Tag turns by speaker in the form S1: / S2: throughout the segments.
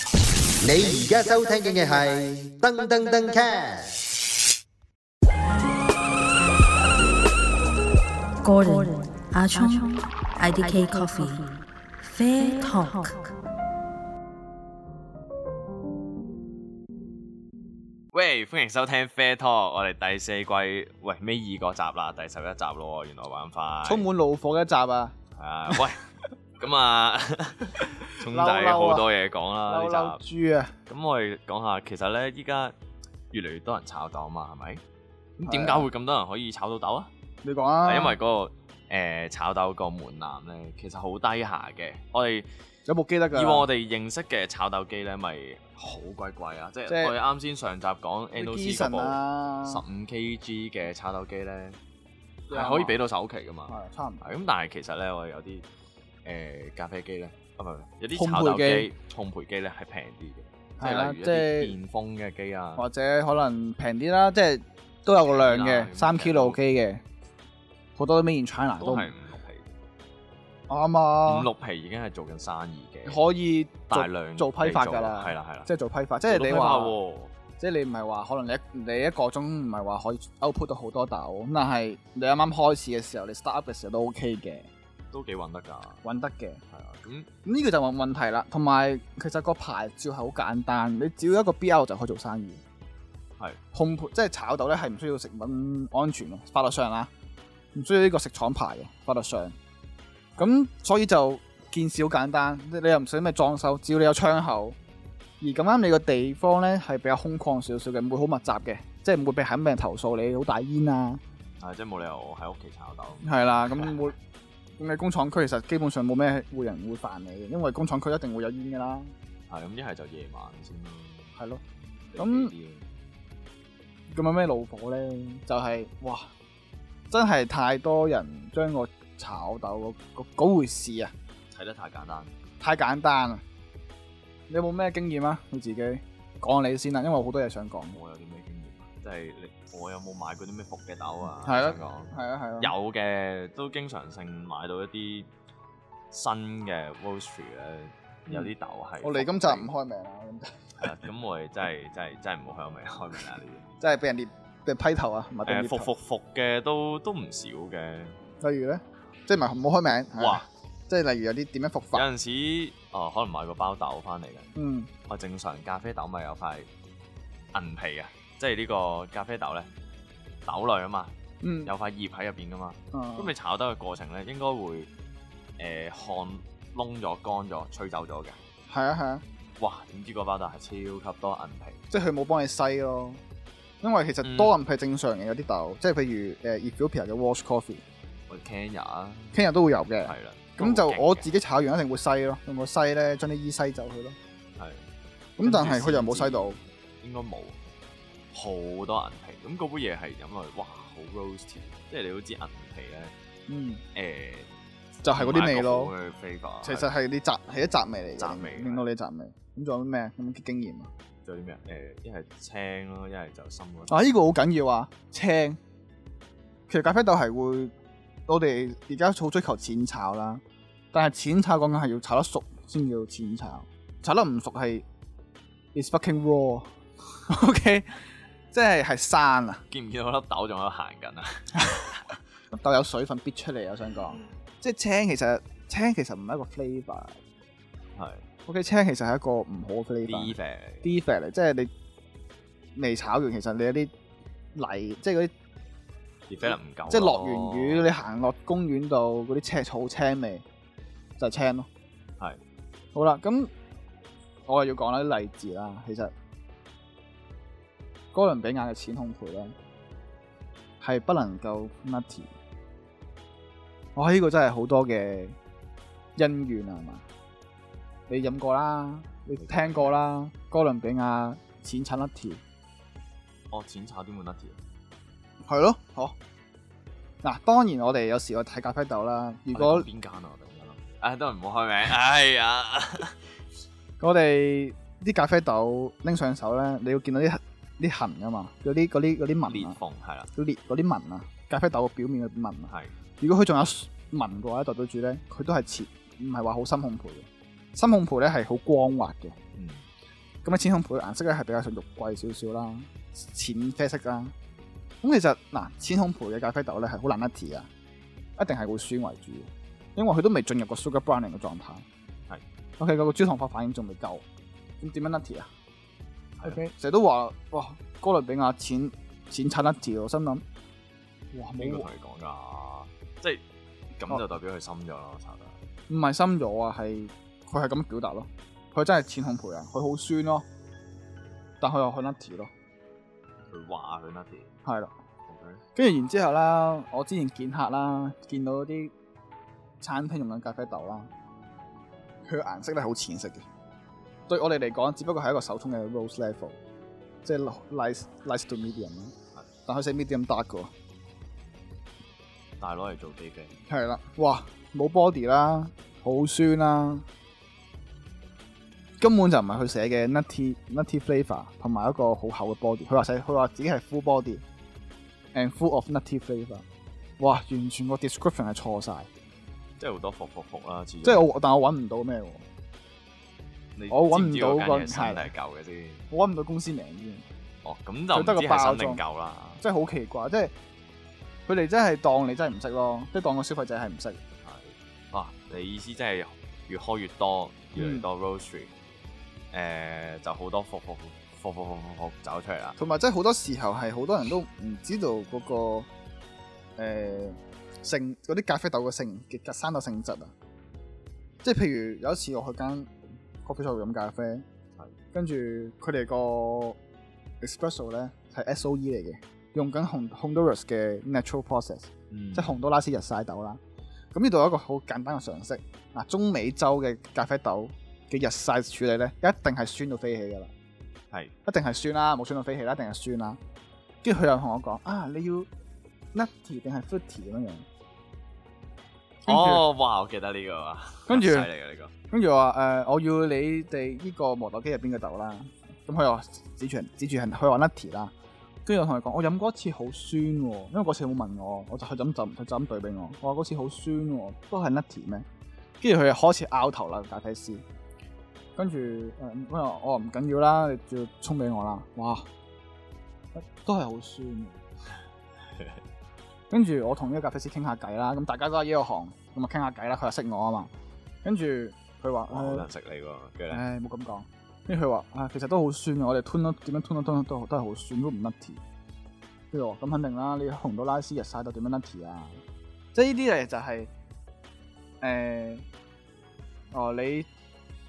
S1: 你而家收聽嘅係噔噔噔 cast。
S2: Gordon 阿聰 IDK Coffee Fair Talk。
S3: 喂，歡迎收聽 Fair Talk，我哋第四季喂尾二個集啦，第十一集咯，原來玩法
S4: 充滿怒火嘅一集啊！
S3: 啊， 喂，咁啊，聰
S4: 嬲
S3: 仔
S4: 嬲啊
S3: 好多嘢講啦
S4: 嬲
S3: 呢
S4: 嬲
S3: 集，
S4: 豬啊！
S3: 咁我哋講下，其實咧依家越嚟越多人炒豆啊嘛，係咪？咁點解
S4: 係啊
S3: 會咁多人可以炒到豆啊？
S4: 你講啊，
S3: 係因為嗰個誒炒豆個門檻咧，其實好低下嘅，我哋。
S4: 有部機得㗎。
S3: 以往我哋認識嘅炒豆機咧，咪好鬼貴啊！即
S4: 即
S3: 係
S4: 係
S3: 我哋啱先上集講 NOC 嗰
S4: Gison
S3: 部
S4: 啊，
S3: 十五 KG 嘅炒豆機咧，
S4: 啱啊
S3: 係可以俾到首期噶嘛。
S4: 係差唔多。
S3: 係咁，但係其實咧，我哋有啲誒咖啡機咧，啊唔係唔係有啲
S4: 烘焙
S3: 炒豆機
S4: 機、
S3: 烘焙機咧係平啲嘅，即
S4: 係啦
S3: 係例如
S4: 即係
S3: 一啲電風嘅機啊，
S4: 或者可能平啲啦，即係都有個量
S3: 平啦
S4: 嘅，三
S3: 平
S4: kilo 機嘅，好多都 made in China
S3: 都
S4: 都唔
S3: 係五六皮，
S4: 啱啊。
S3: 五六皮已經係做緊生意嘅，
S4: 可以
S3: 大
S4: 做
S3: 量啊
S4: 做批發㗎
S3: 係
S4: 啦，
S3: 啦係啦，
S4: 即係做批發，即
S3: 做
S4: 係
S3: 到
S4: 你
S3: 批發
S4: 話，
S3: 喎
S4: 即係你唔係話可能你一你一個鐘唔係話可以 output 到好多豆，咁但係你啱啱開始嘅時候，你 start up 嘅時候都 OK 嘅，
S3: 都幾揾得㗎，
S4: 揾得嘅。
S3: 係啊，咁
S4: 呢個就問問題啦，同埋其實個牌照係好簡單，你只要一個 BL 就可以做生意。
S3: 係
S4: 烘焙即係炒豆咧，係唔需要食品安全嘅，法律上啦，唔需要呢個食廠牌嘅法律上。咁所以就件事好簡單，你你又唔使咩裝修，只要你有窗口，而咁啱你個地方咧係比較空曠少少嘅，唔會好密集嘅，即係唔會俾肯俾人投訴你好大煙啊，
S3: 啊即係冇理由我喺屋企炒豆。
S4: 係啦，咁會。咁你工廠區其實基本上冇咩會人會煩你嘅，因為工廠區一定會有煙㗎啦。
S3: 係咁，一係就夜晚先咯。
S4: 係咯，
S3: 咁
S4: 咁咁有咩怒火咧？就係、哇，真係太多人將個炒豆嗰嗰嗰回事啊，
S3: 睇得太簡單。
S4: 太簡單啦！你有冇咩經驗啊？你自己講下你先啦，因為我好多嘢想講。
S3: 我有啲咩經驗啊？即係你，我有冇買過啲咩伏嘅豆啊？
S4: 係咯
S3: 想講
S4: 係啊係啊，
S3: 有嘅，都經常性買到一啲新嘅 roastery 咧，有啲豆係。
S4: 嗯我嚟今集唔。開名啊啦，咁
S3: 係啦，咁我哋真係 真係真係唔好開名開名啊！呢
S4: 真係俾人哋俾人批頭啊，唔係俾
S3: 啲
S4: 人
S3: 誒
S4: 哋
S3: 伏伏伏嘅都都唔少嘅。
S4: 例如咧，即係唔係唔好開名。係啊
S3: 哇！！
S4: 即係例如有啲點樣復
S3: 有
S4: 法，
S3: 陣時啊，可能買個包豆翻嚟嘅。
S4: 嗯，
S3: 我正常咖啡豆咪有塊銀皮嘅，即係呢個咖啡豆咧豆類啊嘛，
S4: 嗯，啊
S3: 有塊葉喺入邊噶嘛。咁
S4: 咁
S3: 你炒豆嘅過程咧，應該會誒烘燶咗、乾咗、吹走咗嘅。
S4: 係啊係啊。
S3: 哇！點知個包豆係超級多銀皮，
S4: 即係佢冇幫你篩咯。因為其
S3: 嗯
S4: 實多人係正常嘅，有啲豆，即係譬如誒 Ethiopia 嘅 Wash Coffee，Kenya
S3: 或者 Kenya 啊，
S4: 都會有嘅。
S3: 係啦。
S4: 咁
S3: 都好
S4: 就
S3: 勁嘅
S4: 我自己炒完一定會篩咯，用個篩咧將啲衣篩走佢咯。
S3: 係
S4: 咁但係佢又冇篩到，
S3: 應該冇好多銀皮。咁嗰杯嘢係飲落去，哇！好 roasty，即係你都知銀皮呃
S4: 嗯，
S3: 咧誒，
S4: 就係嗰啲味咯。
S3: flavor
S4: 其實係你雜係一雜味嚟嘅，
S3: 雜味
S4: 令到你雜味。咁仲有咩有冇啲經驗啊？
S3: 仲有啲咩？誒、呃一係青咯，一係就深咯。
S4: 啊，呢個好緊要啊！青，其實咖啡豆係會，我哋而家好追求淺炒啦，但係淺炒講緊係要炒得熟先叫淺炒，炒得唔熟係 is fucking raw 。OK，即係係生啊，
S3: 見唔見到粒豆仲喺度行緊啊？
S4: 豆有水分逼出嚟，我想講，即係青其實青其實唔係一個 f l a v o r
S3: 係
S4: OK，青其實係一個唔好嘅 f l a v o r
S3: D 啡
S4: defect 嚟，即係你未炒完，其實你有啲泥，即係嗰啲。
S3: D 啡唔夠咯，
S4: 即係落完雨，你行落公園度嗰啲青草青味就係青咯。
S3: 係
S4: 好啦，咁我又要講啦啲例子啦。其實哥倫比亞嘅淺烘焙咧係不能夠 nutty。哇！呢、個真係好多嘅恩怨啊，係嘛？你飲過啦，你聽過啦，哥倫比亞淺產 nutty。
S3: 哦，淺炒啲冇得調。
S4: 係咯，好。嗱，當然我哋有時我睇咖啡豆啦。如
S3: 我
S4: 果
S3: 哋講邊間啊？我突然間諗，唉，都係唔好開名。 哎呀，
S4: 我哋啲咖啡豆拎上手咧，你要見到啲啲痕噶嘛，嗰啲嗰啲嗰啲
S3: 裂
S4: 紋啊，
S3: 縫係啦，
S4: 嗰啲嗰啲紋啊，咖啡豆嘅表面嘅紋啊。
S3: 係
S4: 如果佢仲有紋嘅話，代表住咧佢都係切，唔係話好深烘焙嘅。深烘焙咧係好光滑嘅。
S3: 嗯，
S4: 咁嘅啊淺烘焙嘅顏色咧係比較上肉桂少少啦，淺啡色啦。咁其實嗱，淺烘焙嘅咖啡豆咧係好難 nutty 啊，一定係會酸為主，因為佢都未進入個 sugar browning 嘅狀態。
S3: 係
S4: ，OK，個焦糖化反應仲未夠，咁點樣 nutty 啊？OK，成日都話哇，哥倫比亞淺淺產 nutty，我心諗哇
S3: 邊個
S4: 冇哦
S3: 同你講㗎？即係咁就代表佢深咗啦，我查得。
S4: 唔係深咗啊，係佢係咁表達咯，佢真係淺烘焙啊，佢好酸咯，但佢又好 nutty 咯，
S3: 佢話佢 nutty。
S4: 係啦。
S3: OK，
S4: 跟住然之後啦，我之前見客啦，見到啲餐廳用緊咖啡豆啦，佢嘅顏色咧好淺色嘅，對我哋嚟講，只不過係一個手沖嘅 rose level，即係 light light to medium 啦
S3: 係。
S4: 但佢寫 medium dark 嘅喎，
S3: 但係攞嚟做基基，
S4: 係啦，哇，冇 body 啦，好酸啦，根本就唔係佢寫嘅 nutty nutty flavour 同埋一個好厚嘅 body。佢話寫佢話自己係 full body and full of nutty flavour。哇，完全個 description 係錯晒。
S3: 即係好多服服服啦，即
S4: 即係我，但我揾唔到咩喎，
S3: 你
S4: 我揾唔
S3: 知知嗰
S4: 到個
S3: 間嘢新定係
S4: 係
S3: 舊嘅先？
S4: 我揾唔到公司名添，
S3: 哦，咁
S4: 佢
S3: 就
S4: 得
S3: 唔
S4: 個
S3: 知係
S4: 包
S3: 新定
S4: 裝
S3: 舊啦。
S4: 真係好奇怪，即係佢哋真係當你真係唔識咯，即係當個消費者係唔識，
S3: 係啊，你意思即係越開越多，越
S4: 嗯
S3: 嚟越多 roastery，誒就好多服服服服服服服走出嚟啦。
S4: 同埋真係好多時候係好多人都唔知道嗰、個誒、性嗰啲咖啡豆嘅性嘅生豆性質啊，即係譬如有一次我去間 coffee shop 飲咖啡，跟住佢哋個 espresso 咧係 SOE 嚟嘅，用緊 Hon- Honduras 嘅 natural process。
S3: 嗯
S4: 即係洪都拉斯日曬豆啦。咁呢度有一個好簡單嘅常識，嗱，中美洲嘅咖啡豆嘅日曬處理咧，一定係酸到飛起噶啦，
S3: 係
S4: 一定係酸啦，冇酸到飛起啦，一定係酸啦。跟住佢又同我講啊，你要 nutty 定係 fruity 咁樣樣。跟住，
S3: 哦，哇！我記得呢個啊，
S4: 跟住
S3: 犀利嘅呢個。
S4: 跟住我話誒、我要你哋呢個磨豆機入邊嘅豆啦。咁佢又話指住人指住人，佢話 nutty 啦。跟住我同佢講，我飲過一次好酸喎、因為嗰次佢冇問我，我就佢就咁就佢就咁對俾我。我話嗰次好酸喎、都係 nutty 咩？跟住佢就開始拗頭啦，咖啡師。跟住誒，我話我話唔緊要啦，你照沖俾我啦。哇，都係好酸嘅。跟住我同呢個咖啡師傾下偈啦，咁大家都喺呢個行，咁啊傾下偈啦。佢又識我啊嘛。跟住佢話呃
S3: 哇好
S4: 誒
S3: 多人識你喎，跟住咧，
S4: 唉，冇咁講。跟住佢話啊，其實都好酸嘅，我哋吞咗點樣吞咗吞咗都都係好酸，都唔 nutty。跟住我話咁肯定啦，你紅到拉斯日曬到點樣 nutty 啊？即係呢啲嘢就係、誒、哦，你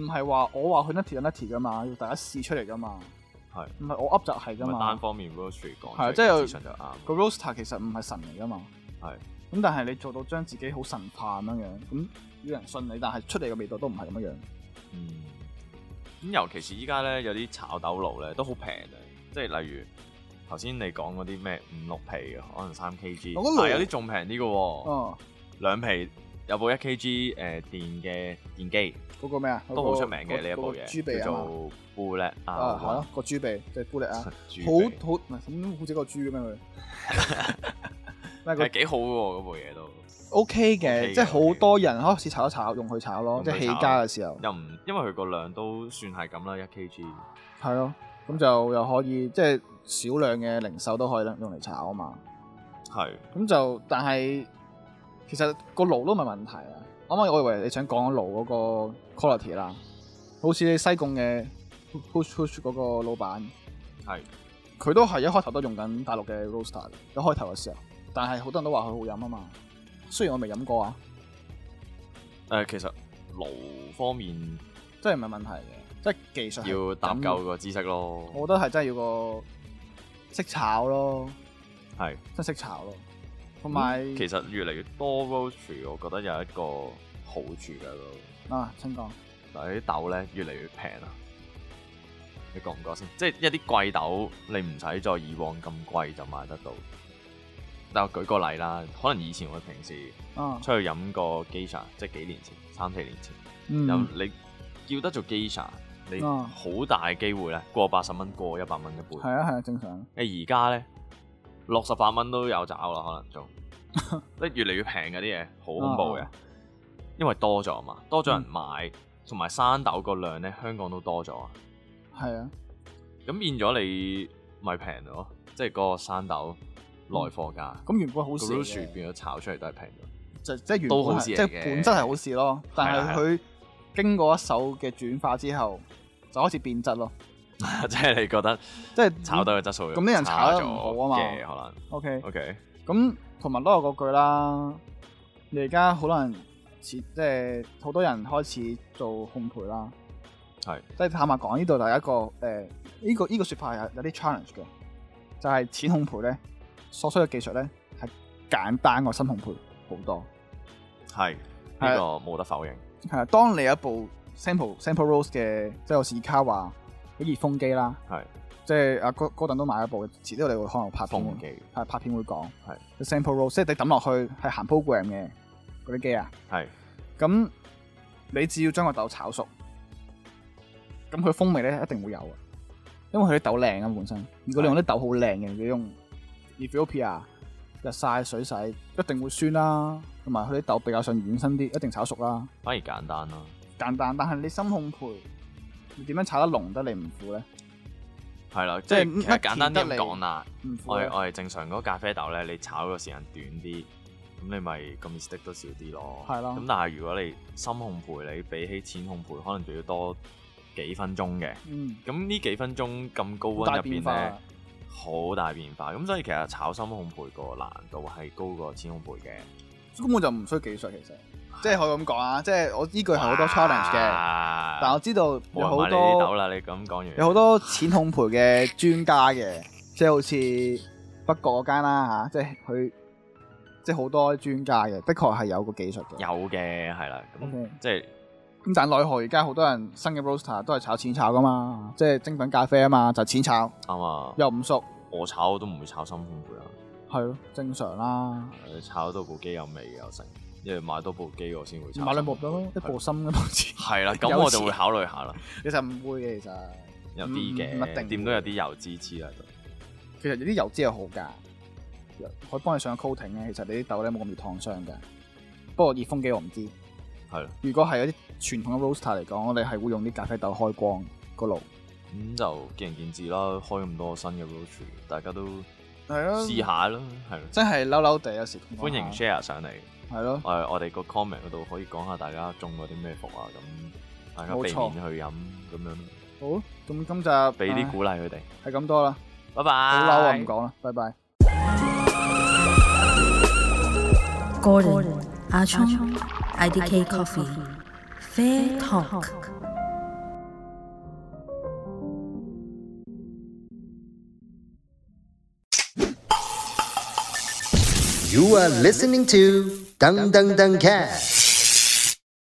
S4: 唔係話我話佢 nutty 就 nutty 噶嘛，要大家試出嚟噶嘛，
S3: 係
S4: 唔係我噏就係噶
S3: 唔係單
S4: 嘛。
S3: 方面 roastery 講，
S4: 係
S3: 係
S4: 啊即
S3: 即
S4: 係
S3: 係資訊就啱。
S4: 個 roaster 其實唔係神嚟噶嘛，
S3: 係
S4: 咁但係你做到將自己好神化咁樣樣，咁要人信你，但係出嚟嘅味道都唔係咁樣樣。
S3: 嗯，咁尤其是依家咧，有啲炒豆爐咧都好平嘅，即係例如頭先你講嗰啲咩五六皮嘅，可能三 K G，
S4: 我覺得
S3: 但係有啲仲平啲嘅喎，
S4: 哦，
S3: 兩皮有部一 K G 誒電嘅電機
S4: 嗰、個咩啊？
S3: 都好出名
S4: 嗰個
S3: 嘅呢一部
S4: 嗰個豬鼻
S3: 嘢，
S4: 啊
S3: 叫
S4: 嘛。
S3: 做 Bullet
S4: 啊，係咯
S3: 啊，，
S4: 個豬鼻就係 bullet 啊，好
S3: 好
S4: 好唔係咁好似個豬咁 樣佢，咩
S3: 係
S4: 佢
S3: 幾好喎嗰部嘢都，
S4: OK
S3: OK 嘅
S4: 嘅，即係好多人開始炒一炒，用佢炒咯，
S3: 用佢
S4: 即
S3: 炒
S4: 係起家嘅時候，
S3: 又唔因為佢個量都算係咁啦，一 K G
S4: 係咯，咁就又可以即係少量嘅零售都可以用嚟炒啊嘛，
S3: 係
S4: 咁就但係其實個爐都唔係問題啊，啱啱我以為你想講爐嗰個 quality 啦，好似你西貢嘅 push push 嗰個老闆。
S3: 係。
S4: 佢都係一開頭都用緊大陸嘅 roaster，嘅一開頭嘅時候，但係好多人都話佢好飲啊嘛。雖然我未飲過啊，
S3: 誒、其實爐方面
S4: 真係唔係問題嘅，即係技術係
S3: 要搭
S4: 緊
S3: 夠個知識咯，
S4: 我覺得係真係要個識炒咯，
S3: 係。
S4: 真係識炒咯。同埋、
S3: 嗯其實越嚟越多 roastery，我覺得有一個好處嘅咯，
S4: 啊，請講
S3: 就係啲豆咧越嚟越平啦。你覺唔覺先？即係一啲貴豆，你唔使再以往咁貴就買得到。但我舉個例啦，可能以前我平時
S4: 啊，
S3: 出去飲個 g e 即係幾年前，三四年前，有
S4: 嗯，
S3: 你叫得做 g e 你
S4: 啊
S3: 好大機會咧過八十蚊，過一百蚊一杯。
S4: 係啊係啊，正常。
S3: 你而家咧六十八蚊都有找啦，可能 仲即係越嚟越平嗰啲嘢，好恐怖嘅
S4: 啊，嗯
S3: 因為多咗嘛，多咗人買，同埋生豆個量咧，香港都多咗啊，
S4: 係啊，
S3: 咁變咗你咪平咗，即係個山豆內貨價。
S4: 嗯咁原本好事
S3: 個 r
S4: 嚟嘅
S3: u s h 變咗炒出嚟都係平咗。
S4: 就即係原
S3: 都好
S4: 本係
S3: 事
S4: 即
S3: 嚟
S4: 係
S3: 嘅
S4: 本質係好事咯，但
S3: 係啊啦
S4: 係佢經過一手嘅轉化之後，就開始變質咯，
S3: 即係你覺得
S4: 即係
S3: 炒低嘅質素
S4: 咁啲人炒得唔好啊嘛
S3: 差咗嘅可
S4: OK
S3: 能。OK，
S4: 咁同埋都有嗰句啦，你而家可能似即係好多人開始做烘焙啦，
S3: 係
S4: 即係坦白講，呢度第一個誒呢、個呢、個説法係有有啲 challenge 嘅，就係、淺烘焙咧所需嘅技術咧係簡單過深烘焙好多。
S3: 係呢個冇得否認。
S4: 係啊，當你有一部 sample sample rose 嘅，即係好似卡話啲熱風機啦，
S3: 係
S4: 即係阿高高頓都買一部，遲啲我哋會可能拍片
S3: 風
S4: 會，
S3: 機
S4: 係拍片會講。
S3: 係
S4: sample rose，即係你抌落去係行 program 嘅嗰啲機啊。
S3: 係
S4: 咁你只要將個豆炒熟，咁佢風味咧一定會有嘅，因為佢啲豆靚啊本身。如果你用啲豆好靚嘅，你用 Ethiopia 日曬水洗，一定會酸啦，同埋佢啲豆比較上軟身啲，一定炒熟啦。
S3: 反而簡單啦。
S4: 簡單，但係你深烘焙，你點樣炒得濃得嚟唔苦咧？
S3: 係啦，即
S4: 即係
S3: 係其
S4: 乜
S3: 實簡單啲
S4: 甜得
S3: 咁
S4: 嚟
S3: 講啦。
S4: 唔苦
S3: 我
S4: 呢
S3: 哋我哋正常嗰個咖啡豆咧，你炒嘅時間短啲，咁你咪個 mistake 都少啲咯。
S4: 係咯
S3: 咁但係如果你深烘焙，你比起淺烘焙，可能仲要多幾分鐘嘅。
S4: 嗯，
S3: 咁呢幾分鐘咁高
S4: 好
S3: 温
S4: 大
S3: 入
S4: 變
S3: 邊
S4: 化
S3: 咧
S4: 啊，，
S3: 好大變化。咁所以其實炒深烘焙個難度係高過淺烘焙嘅。
S4: 根本就唔需技術其實，即係可以咁講啊，即係我依句係好多 challenge 嘅，
S3: 哇
S4: 但我知道
S3: 冇
S4: 有
S3: 人
S4: 好
S3: 買你啲豆
S4: 多
S3: 啦，你咁講完
S4: 有好多淺烘焙嘅專家嘅，即係好似北角嗰間啦嚇，即係佢即係好多專家嘅，的確係有個技術嘅。
S3: 有嘅係啦，咁
S4: OK
S3: 即係
S4: 咁但奈何而家好多人新嘅 roaster 都係炒淺炒噶嘛，即係精品咖啡啊嘛，就係淺炒
S3: 啱啊。
S4: 又唔熟，
S3: 我炒我都唔會炒深烘焙啦。
S4: 係咯正常啦。
S3: 誒炒到部機有味嘅有成，因為買多部機我先會炒。
S4: 買兩部咯，一部深一部淺。
S3: 係啦，咁
S4: 有
S3: 我就
S4: 錢
S3: 會考慮下啦。
S4: 其實唔會嘅，其實
S3: 有啲
S4: 唔一
S3: 嘅，
S4: 定
S3: 點都有啲油脂黐喺度。
S4: 其實有啲油脂係好㗎，可以幫你上個 coating 嘅。其實你啲豆咧冇咁易燙傷㗎。不過熱風機我唔知。
S3: 係啦，
S4: 如果係有啲傳統嘅 roaster 嚟講，我哋係會用啲咖啡豆開光個爐。
S3: 咁就見仁見智啦。開咁多新嘅 r o a d 大家都
S4: 係啊
S3: 試下啦，係啦。
S4: 真係嬲嬲地有時講下啊
S3: 歡迎 share 上嚟，
S4: 係咯，
S3: 我我哋個 comment 嗰度可以講下大家中過啲咩伏啊，咁大家避
S4: 冇錯
S3: 免去飲咁樣咯，
S4: 好咁今集
S3: 俾啲鼓勵佢哋。
S4: 唉係咁多啦，
S3: 拜拜。
S4: 好嬲啊，唔講啦，拜拜。
S2: Gordon, Ah Chong, IDK Coffee, Fair Talk.
S1: You are listening to Dung Dung Dung Cat.